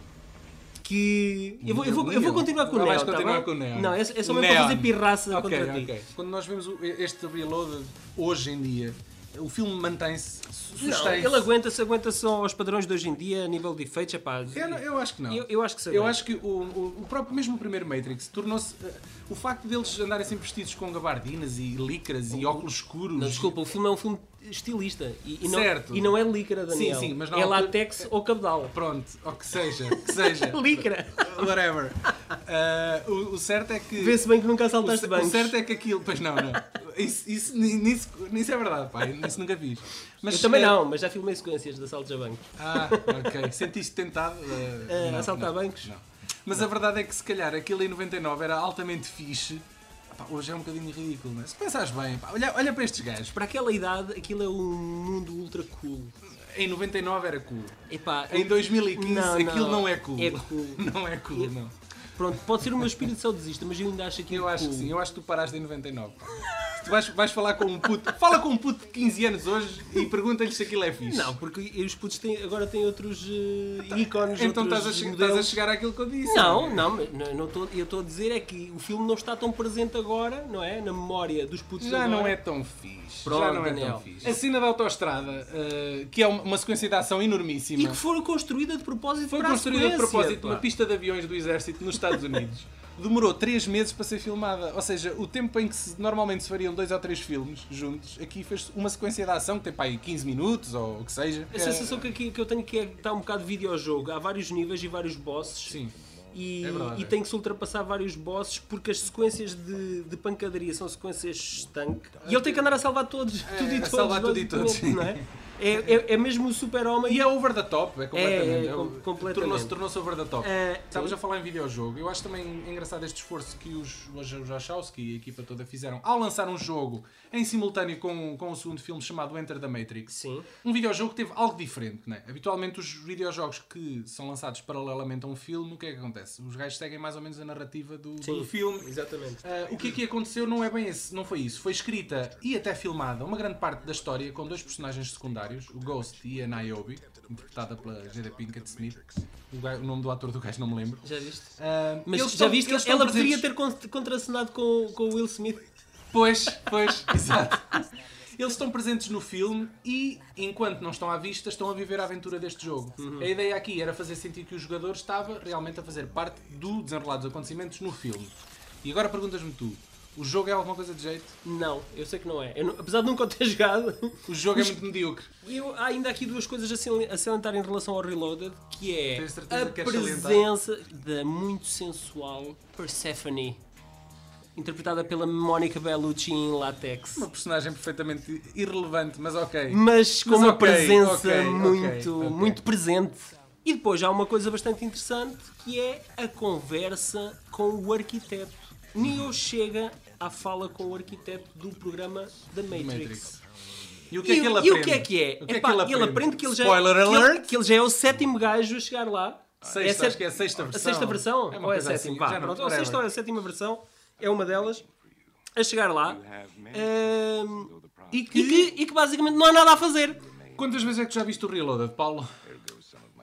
que. Eu vou, eu vou, eu vou continuar com o
Ah,
Neo.
vais
tá
continuar
bem?
com o Neo.
Não, é, é só mesmo para
Neon.
fazer pirraça
Ok,
contra ti.
ok. Quando nós vemos o- este reload hoje em dia, o filme mantém-se, su-
Não,
sustém-se.
ele aguenta-se, aguenta-se só aos padrões de hoje em dia, a nível de efeitos, é pá.
Eu, não- eu acho que não.
Eu- eu acho que sim.
Eu acho que o, o- o próprio, mesmo o primeiro Matrix, tornou-se. eh, O facto deles andarem sempre vestidos com gabardinas e licras e óculos escuros.
Não, desculpa, o filme é um filme estilista e, e não,
Certo.
e não é líquera, Daniel.
Sim, sim, mas na
é
altura-
latex ou cabedal.
Pronto, ou que seja, que seja.
Líquera!
Whatever. Ah, o, o certo é que.
Vê-se bem que nunca
o,
assaltaste
ce-
bancos.
o certo é que aquilo. Pois não, não. Isso, isso, ni- nisso, nisso é verdade, pá. Isso nunca fiz. Mas,
Eu também
eh,
não, mas já filmei sequências de assaltos a bancos.
Ah, ok. Sentiste tentado
Eh,
a
assaltar bancos?
Não. Mas a verdade é que se calhar aquilo em 99 era altamente fixe. Ah, pá, hoje é um bocadinho ridículo, não é? Se pensares bem, pá, olha, olha para estes gajos.
Para aquela idade, aquilo é um mundo ultra cool.
Em 99 era cool.
Epá, é-
Em 2015
Não, não.
aquilo não é cool.
É cool.
Não é cool, não.
Pronto, pode ser o meu espírito saudosista, mas eu ainda acho aquilo
Eu acho
cool.
que sim, eu acho que tu paraste em 99. pá. Tu vais, vais falar com um puto. Fala com um puto de 15 anos hoje e pergunta-lhe se aquilo é fixe.
Não, porque os putos têm, agora têm outros eh, ícones,
Então
outros
estás a, che- estás a
modelos.
chegar àquilo que eu disse.
Não, não, mas não, não tô- eu estou a dizer é que o filme não está tão presente agora, não é? Na memória dos putos
Já
agora.
não é tão fixe.
Pronto,
já não é
Daniel.
tão fixe. A cena da autoestrada, eh, que é uma uma sequência de ação enormíssima,
E que foram construída de propósito
foi
para a
construída de
sequência,
propósito
pá.
numa pista de aviões do exército nos Estados Unidos. Demorou 3 meses para ser filmada. Ou seja, o tempo em que se- normalmente se fariam dois ou três filmes juntos, aqui fez uma sequência de ação que tem para aí 15 minutos ou o que seja.
A sensação que, aqui- que eu tenho que é que está um bocado de videojogo. Há vários níveis e vários bosses.
Sim.
E,
É verdade,
e
é.
tem que se ultrapassar vários bosses porque as sequências de, de pancadaria são sequências estanque. E ele tem que andar a salvar todos, tudo e
É, a
todos.
salvar tudo e todos,
basicamente,
sim.
Não é? É, é, é mesmo o super-homem.
E é over the top, é completamente.
É, é,
o-
com- completamente.
Tornou-se tornou-se over the top.
É,
Estavas
sim.
a falar em videojogo. Eu acho também engraçado este esforço que os, os os Wachowski e a equipa toda fizeram ao lançar um jogo em simultâneo com, com o segundo filme chamado Enter the Matrix.
Sim.
Um videojogo que teve algo diferente, né? Habitualmente os videojogos que são lançados paralelamente a um filme, o que é que acontece? Os gajos seguem mais ou menos a narrativa do, do
Sim.
filme
Exatamente.
Uh, o que aqui aconteceu não é bem esse, não foi isso. Foi escrita e até filmada uma grande parte da história com dois personagens secundários, o Ghost e a Niobe, interpretada pela Jada Pinkett Smith. O, ga- o nome do ator do gajo não me lembro.
Já viste?
Uh,
Mas
eles
já
estão-
viste
eles
que
estão
ela
presentes-
poderia ter con- contracenado com, com o Will Smith.
Pois, pois, exato. Eles estão presentes no filme e, enquanto não estão à vista, estão a viver a aventura deste jogo.
Uhum.
A ideia aqui era fazer sentir que o jogador estava realmente a fazer parte do desenrolar dos acontecimentos no filme. E agora perguntas-me tu, o jogo é alguma coisa de jeito?
Não, eu sei que não é. Eu não- apesar de nunca o ter jogado,
O jogo é muito medíocre.
E eu- há ainda aqui duas coisas a sali- a salientar em relação ao Reloaded, que é
Tens certeza
a
que queres salientar?
presença da muito sensual Persephone, interpretada pela Monica Bellucci em látex.
Uma personagem é perfeitamente irrelevante, mas ok.
Mas com
Mas
uma
ok,
presença
ok, ok,
muito,
ok.
muito presente. E depois há uma coisa bastante interessante, que é a conversa com o arquiteto. Neo chega à fala com o arquiteto do programa da Matrix.
Matrix. E o
E, o- e o que é que é?
O que é
Epá,
que ele
ele,
aprende?
aprende que ele, já, é-
Spoiler
que, ele-
alert!
que ele já é o sétimo gajo a chegar lá.
Sexta,
set-
acho que é a sexta
A
versão.
sexta versão?
É uma
ou é a
coisa
sétima?
assim,
Pá,
já não-
pronto, ou a
whatever.
sexta ou a sétima versão é uma delas a chegar lá. Ahm, e, que, e, que, e que basicamente não há nada a fazer.
Quantas vezes é que tu já viste o Reloaded, Paulo?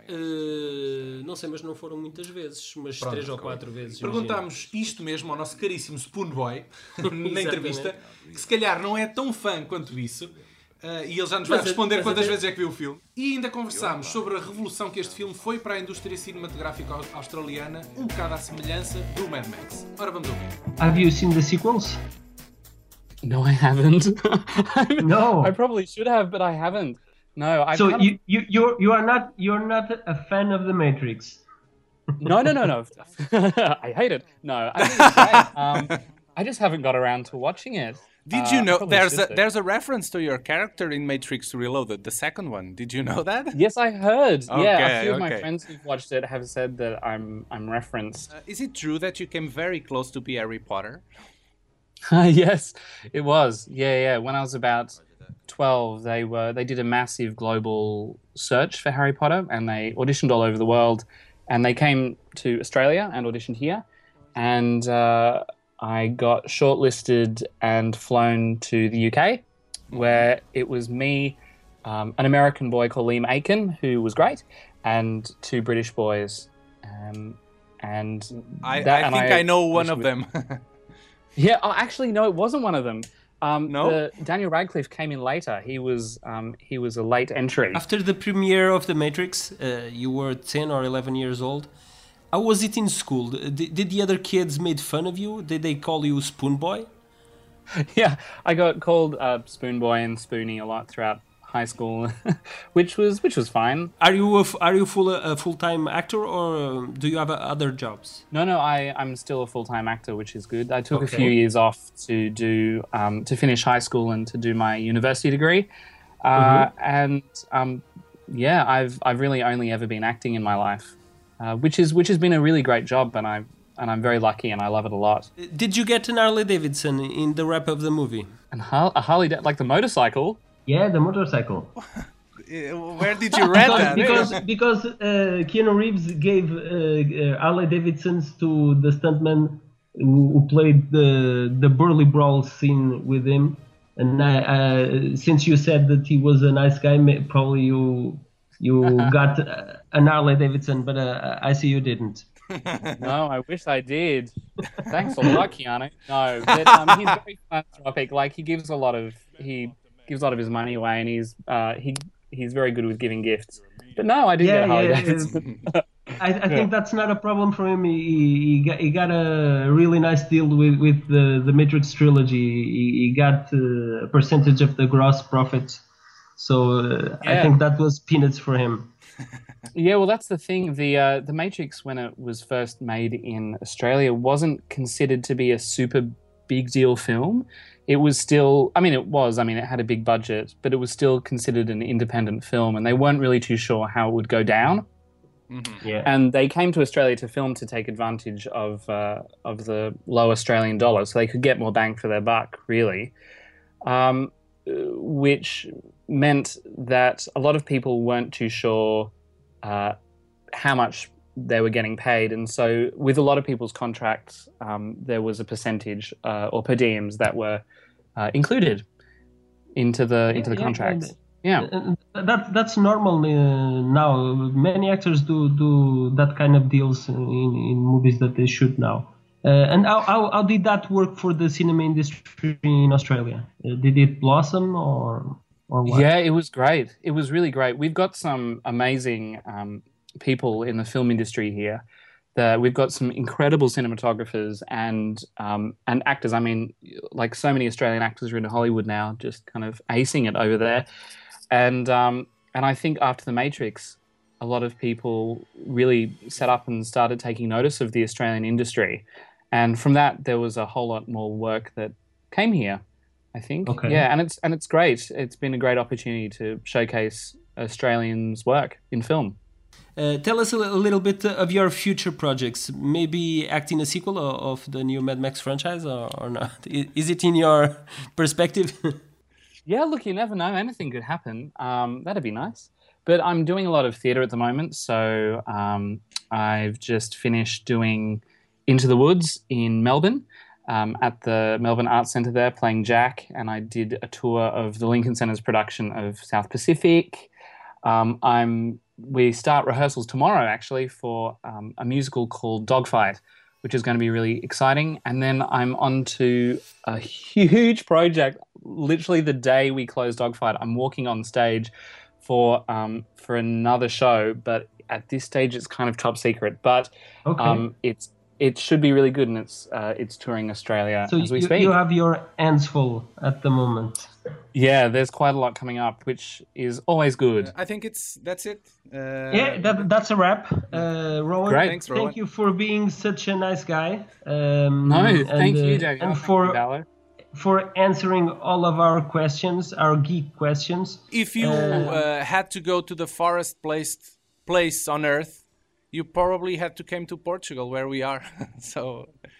Ah, não sei, mas não foram muitas vezes, mas três ou quatro vezes.
Perguntámos isto mesmo ao nosso caríssimo Spoonboy na
Exatamente.
entrevista, que se calhar não é tão fã quanto isso. ah, e ele já nos vai
Mas a-
responder
mas a
quantas
ver-
vezes é que viu o filme. E ainda conversámos sobre a revolução que este filme foi para a indústria cinematográfica au- australiana, um bocado à semelhança do Mad Max. Ora, vamos ouvir.
Have you seen the sequels?
No, I haven't. I'm-
No.
I probably should have, but I haven't. No, I
so
have
you, you you're you are not you're not a fan of the Matrix.
no, no, no, no. I hate it. No, I think it's great. Um, I just haven't got around to watching it.
Did
Uh,
you
I
know
probably
there's
should
a,
do.
there's a reference to your character in Matrix Reloaded, the second one? Did you know that?
Yes, I heard. yeah,
Okay,
a few of my
okay.
friends who've watched it have said that I'm I'm referenced.
Uh, is it true that you came very close to be Harry Potter?
yes, it was. Yeah, yeah. When I was about twelve, they were they did a massive global search for Harry Potter, and they auditioned all over the world, and they came to Australia and auditioned here, and uh, I got shortlisted and flown to the UK, where it was me, um, an American boy called Liam Aiken, who was great, and two British boys. Um, and
I,
that
I
and
think I, know one of
actually-
them.
Yeah, oh, actually, no, it wasn't one of them. Um,
No?
the- Daniel Radcliffe came in later. He was um, he was a late entry.
After the premiere of The Matrix, uh, you were 10 or 11 years old. How was it in school? Did, did the other kids made fun of you? Did they call you Spoon Boy?
yeah, I got called uh, Spoon Boy and Spoony a lot throughout high school, which was which was fine.
Are you a, f- are you full a full time actor or um, do you have uh, other jobs?
No, no, I I'm still a full time actor, which is good. I took
Okay.
a few years off to do um, to finish high school and to do my university degree, uh, and um, yeah, I've I've really only ever been acting in my life, uh, which is which has been a really great job, and I and I'm very lucky and I love it a lot.
Did you get an Harley Davidson in the wrap of the movie?
And Har- a Harley, da- like the motorcycle.
Yeah, the motorcycle.
Eh, Where did you read that?
because because uh, Keanu Reeves gave uh, uh, Harley Davidsons to the stuntman who who played the the Burly Brawl scene with him, and I, uh, since you said that he was a nice guy, ma- probably you you got uh, an Harley Davidson, but uh, I see you didn't.
No, I wish I did. Thanks a lot, Keanu. No, but um, he's very philanthropic. Like he gives a lot of he gives a lot of his money away, and he's uh, he he's very good with giving gifts. But no, I did
Yeah,
get a Harley
yeah,
Davidson.
I, I think that's not a problem for him. He, he, he, got, he got a really nice deal with, with the, the Matrix trilogy. He, he got uh, a percentage of the gross profits. So uh, I
Yeah.
think that was peanuts for him.
Yeah, well, that's the thing. The uh, the Matrix, when it was first made in Australia, wasn't considered to be a super big deal film. It was still, I mean, it was. I mean, it had a big budget, but it was still considered an independent film, and they weren't really too sure how it would go down.
Mm-hmm.
Yeah.
and they came to Australia to film to take advantage of uh, of the low Australian dollar, so they could get more bang for their buck, really. Um, uh, which meant that a lot of people weren't too sure uh, how much they were getting paid, and so with a lot of people's contracts, um, there was a percentage uh, or per diems that were uh, included into the into the
yeah,
contracts.
and-
Yeah.
And that that's normal uh, now. Many actors do do that kind of deals in, in movies that they shoot now. Uh, and how, how, how did that work for the cinema industry in Australia? Uh, did it blossom or or what?
Yeah, it was great. It was really great. We've got some amazing um, people in the film industry here. That we've got some incredible cinematographers and um, and actors. I mean, like so many Australian actors are in Hollywood now, just kind of acing it over there. And um, and I think after The Matrix, a lot of people really set up and started taking notice of the Australian industry. And from that, there was a whole lot more work that came here. I think.
Okay.
Yeah, and it's and it's great. It's been a great opportunity to showcase Australians' work in film.
Uh, tell us a li- a little bit uh, of your future projects. Maybe acting a sequel o- of the new Mad Max franchise or, or not? I- Is it in your perspective?
Yeah, look, you never know. Anything could happen. Um, that'd be nice. But I'm doing a lot of theatre at the moment, so um, I've just finished doing Into the Woods in Melbourne um, at the Melbourne Arts Centre there, playing Jack, and I did a tour of the Lincoln Centre's production of South Pacific. Um, I'm we start rehearsals tomorrow actually for um, a musical called Dogfight, which is going to be really exciting. And then I'm on to a huge project. Literally the day we close Dogfight, I'm walking on stage for um, for another show, but at this stage it's kind of top secret. But
Okay.
um, it's it should be really good, and it's uh, it's touring Australia
So
as we
you,
speak.
you have your hands full at the moment.
yeah, there's quite a lot coming up, which is always good.
I think it's that's it. Uh,
yeah, that, that's a wrap. Uh, Rowan,
Great.
Thanks, Rowan.
thank you for being such a nice guy. Um,
No,
and,
thank
uh,
you, Daniel.
And
Thank you,
for,
Valo.
for answering all of our questions, our geek questions.
If you uh, had to go to the forest placed place on Earth, you probably had to come to Portugal, where we are. so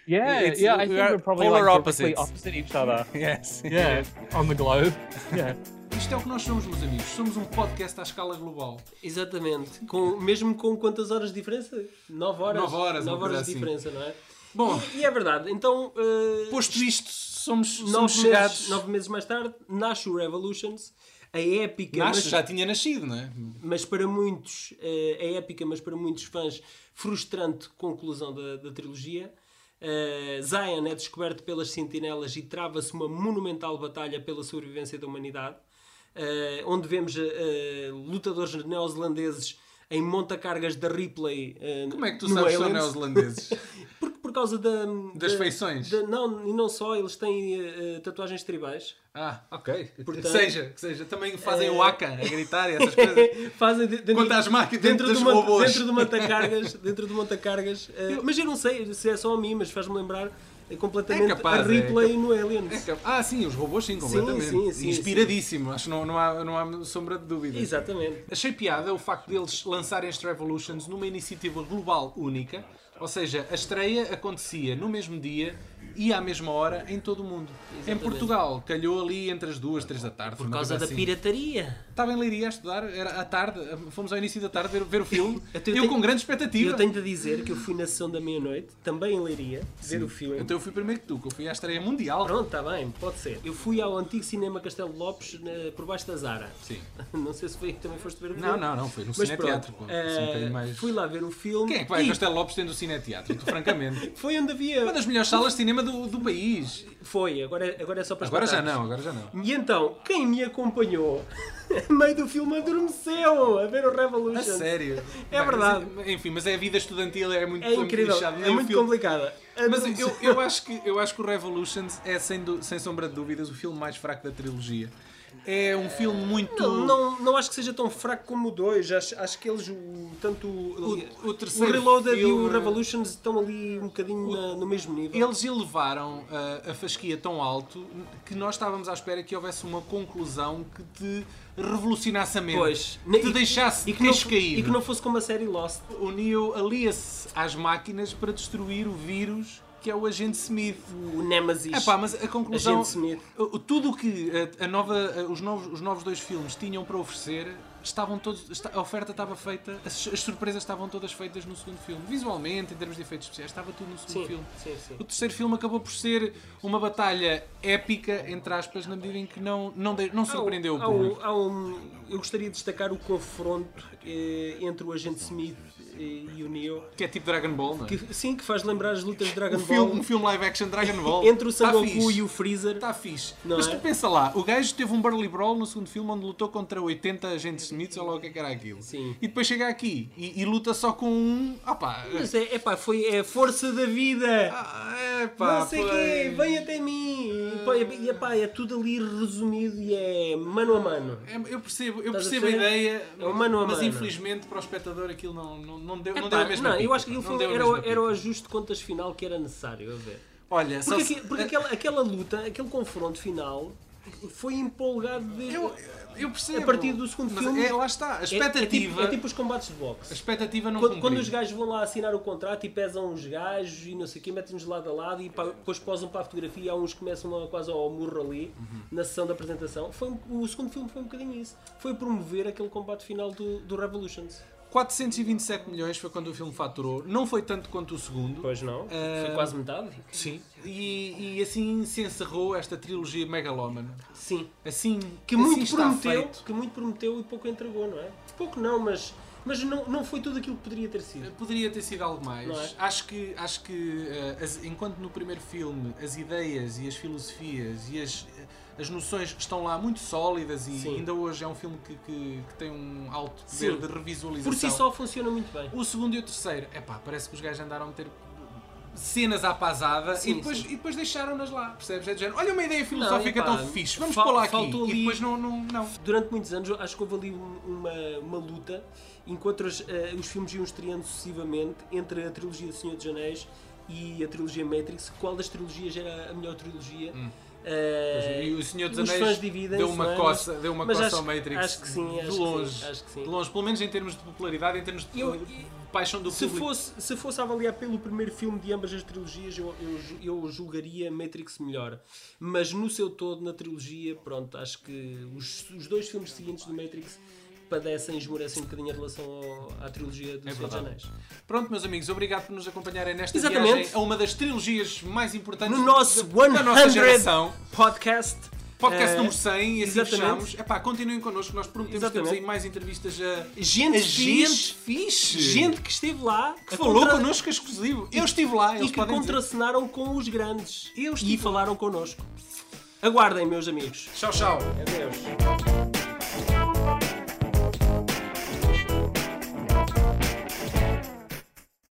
Yeah,
It's-
yeah. I
we
think
are
we're probably
polar
like
opposites.
directly opposite each other.
yes,
Yeah, on the globe. Yeah.
Isto é o que nós somos, meus amigos. Somos um podcast à escala global.
Exatamente. Com, mesmo com quantas horas de diferença? 9 horas.
Nove horas, uma
Nove
coisa
horas de
assim.
diferença, não é?
Bom,
E, e é verdade. Então, eh,
posto isto, somos, somos
nove,
chegados.
meses, nove meses mais tarde, nasce o Revolutions, a épica.
Nasce,
mas-
Ah, já tinha nascido, não é?
mas para muitos eh, é épica, mas para muitos fãs frustrante conclusão da, da trilogia. Eh, Zion é descoberto pelas sentinelas e trava-se uma monumental batalha pela sobrevivência da humanidade, eh, onde vemos eh, lutadores neozelandeses em montacargas da Ripley. eh,
Como é que tu
no
sabes que são
Aliens.
neozelandeses?
Porque por causa da,
Das
da-
feições?
da- não, e não só, eles têm eh, eh, tatuagens tribais.
Ah, ok.
Portanto-
que seja, que seja. Também fazem
Eh,
o AK a gritar e essas coisas.
fazem de- dentro,
Quanto às máquinas, dentro
dentro,
dos
do monta-
robôs.
dentro do montacargas dentro do montacargas eh, mas eu não sei se é só a mim mas faz-me lembrar eh, completamente
É capaz,
a Ripley
é cap-
no
É
Aliens
que- Ah, sim, os robôs sim, completamente.
sim, sim,
Inspiradíssimo, acho que não, não, há, não há sombra de dúvida.
exatamente
Achei piada o facto deles lançarem este Revolutions numa iniciativa global única, ou seja, a estreia acontecia no mesmo dia e à mesma hora em todo o mundo. Em Portugal, calhou ali entre as duas, três da tarde.
por causa
Assim.
da pirataria
Estava em Leiria a estudar, era à tarde, fomos ao início da tarde ver, ver o filme, eu,
Então eu tenho-
com grande
e
expectativa.
eu tenho de dizer que eu fui na sessão da meia-noite também em Leiria ver o filme
Então eu fui primeiro que tu, que eu fui à estreia mundial.
Pronto, está bem, pode ser. Eu fui ao antigo cinema Castelo Lopes na- por baixo da Zara.
Sim.
Não sei se foi também foste ver o
Não,
filme.
não, não, foi no
Mas
cineteatro,
pronto,
pô, assim, um
eh,
bocadinho mais-
Fui lá ver o filme.
Quem é que vai a
e
Castelo Lopes tendo o cineteatro? Tu, francamente.
Foi onde havia.
Uma das melhores salas de cinema do, do país.
Foi, agora, é- agora é só para
Agora já
espetáculos.
não, agora já não.
E então, quem me acompanhou a meio do filme adormeceu a ver o Revolution.
A sério.
É
Bem,
verdade.
mas, enfim, mas é a vida estudantil, é muito
É incrível,
lixado,
é
nem o
muito
filme-
complicada.
Mas eu, eu, acho que, eu acho que o Revolutions é, sem, du- sem sombra de dúvidas, o filme mais fraco da trilogia. É um filme muito.
não, não, não acho que seja tão fraco como o 2. Acho, acho que eles, o- tanto o,
O- o terceiro
Reloaded e o
filme-
Revolutions estão ali um bocadinho na- no mesmo nível.
Eles elevaram ah, a fasquia tão alto que nós estávamos à espera que houvesse uma conclusão que te revolucionasse a mente.
Pois.
Que te deixasse
e que, não,
queixo
fo-
caído.
e que não fosse como a série Lost.
O Neo alia-se às máquinas para destruir o vírus que é o agente Smith.
O Nemesis.
Epá, mas a conclusão.
Agente Smith.
o- Tudo o que a, a nova, a- os, novos, os novos dois filmes tinham para oferecer, estavam todos, esta- a oferta estava feita, as, as surpresas estavam todas feitas no segundo filme. Visualmente, em termos de efeitos especiais, estava tudo no segundo
Sim,
filme.
sim, sim.
O terceiro filme acabou por ser uma batalha épica, entre aspas, na medida em que não, não, de- não
Há um-
surpreendeu
há
o
um-
público.
há um- eu gostaria de destacar o confronto eh, entre o agente Smith eh, e o Neo.
Que é tipo Dragon Ball, não é?
Que, sim, que faz lembrar as lutas de Dragon
um, filme, um
Ball
filme live action Dragon Ball.
entre o
Tá
Sangoku
fixe. Tá
e o Freezer.
Está fixe.
Não
Mas
é?
tu pensa lá, o gajo teve um Burly Brawl no segundo filme onde lutou contra 80 agentes Smiths, ou lá o que é que era aquilo.
Sim.
E depois chega aqui e, e luta só com um. Ah pá!
Mas é, epá, foi é a força da vida!
Ah, é pá!
não sei
pois.
quê, vem até mim! E, pá, e, epá, é tudo ali resumido e é mano a mano.
É, Eu percebo, eu
Estás a
percebo a,
perceber?
ideia,
É um mano a
mas
mano.
infelizmente para o espectador aquilo não, não, não deu, É, não
Epá,
deu a mesma
não, eu
pica,
acho que aquilo
não
foi-
deu a
era, o-
mesma
era o
pica.
ajuste de contas final que era necessário, a ver.
Olha, só
Porque,
se- é-
aqui- porque aquela, aquela luta, aquele confronto final foi empolgado desde.
eu, eu percebo.
a partir do segundo
Mas
filme-
É, lá está, a
É- É, tipo,
expectativa.
é tipo os combates de boxe.
A expectativa não
Quando, quando
cumpriu.
os gajos vão lá assinar o contrato e pesam os gajos e não sei o quê, metem-nos lado a lado e pá, depois posam para a fotografia e há uns que começam lá quase ao murro ali na sessão da apresentação. Foi, um- o segundo filme foi um bocadinho isso. Foi promover aquele combate final do, do Revolutions.
427 milhões foi quando o filme faturou. Não foi tanto quanto o segundo.
Pois não? Foi
Ah,
quase metade?
Sim. E, e assim se encerrou esta trilogia megalómana.
Sim.
Assim
Que
assim
muito,
está
prometeu,
feito.
que muito prometeu e pouco entregou, não é? Pouco não, mas, mas não, não foi tudo aquilo que poderia ter sido.
Poderia ter sido algo mais.
Não é?
Acho que, acho que eh, as- enquanto no primeiro filme as ideias e as filosofias e as, eh, as noções estão lá muito sólidas e
Sim.
ainda hoje é um filme que, que- que tem um alto
Sim.
poder de revisualização.
Por si só funciona muito bem.
O segundo e o terceiro, epá, parece que os gajos andaram a meter cenas à pasada
Sim,
e depois,
sim.
e depois deixaram-nas lá, percebes? É do género, olha uma ideia filosófica
Não, epá,
tão fixe, vamos
fal- um
pô-la aqui.
faltou
E
ali-
depois não, não, não.
Durante muitos anos, eu acho que houve ali um- uma, uma luta, enquanto as, eh, os filmes iam estreando sucessivamente entre a trilogia do Senhor dos Anéis e a trilogia Matrix, qual das trilogias era a melhor trilogia. Eh,
Hum. E o Senhor dos
os
Anéis
fãs dividem-se,
deu uma
não é?
coça, deu uma
Mas
coça
acho-
ao Matrix
acho que sim,
de
acho que
longe,
sim, acho que sim.
de longe, pelo menos em termos de popularidade, em termos de,
Eu-
de paixão do
se,
público.
fosse, se fosse a avaliar pelo primeiro filme de ambas as trilogias, eu, eu, ju- eu julgaria Matrix melhor. Mas no seu todo, na trilogia, pronto, acho que os, os dois filmes seguintes do Matrix padecem e esmorecem um bocadinho em relação ao- à trilogia dos Senhor dos
É verdade.
Anéis.
Pronto, meus amigos, obrigado por nos acompanharem nesta
Exatamente.
viagem a uma das trilogias mais importantes
No nosso
da, da nossa
100
geração.
Podcast.
Podcast
eh,
número 100 e assim
exatamente.
fechamos. Epá, continuem connosco, nós prometemos que temos
Exatamente.
aí mais entrevistas a...
Gente,
Gente
gente,
fixe!
gente que esteve lá,
que
a
falou
contra-
connosco exclusivo. Eu estive lá,
e
eles
que
podem dizer.
contracenaram com os grandes
Eu estive
e falaram connosco. Aguardem, meus amigos.
Tchau, tchau.
Adeus.
Bye.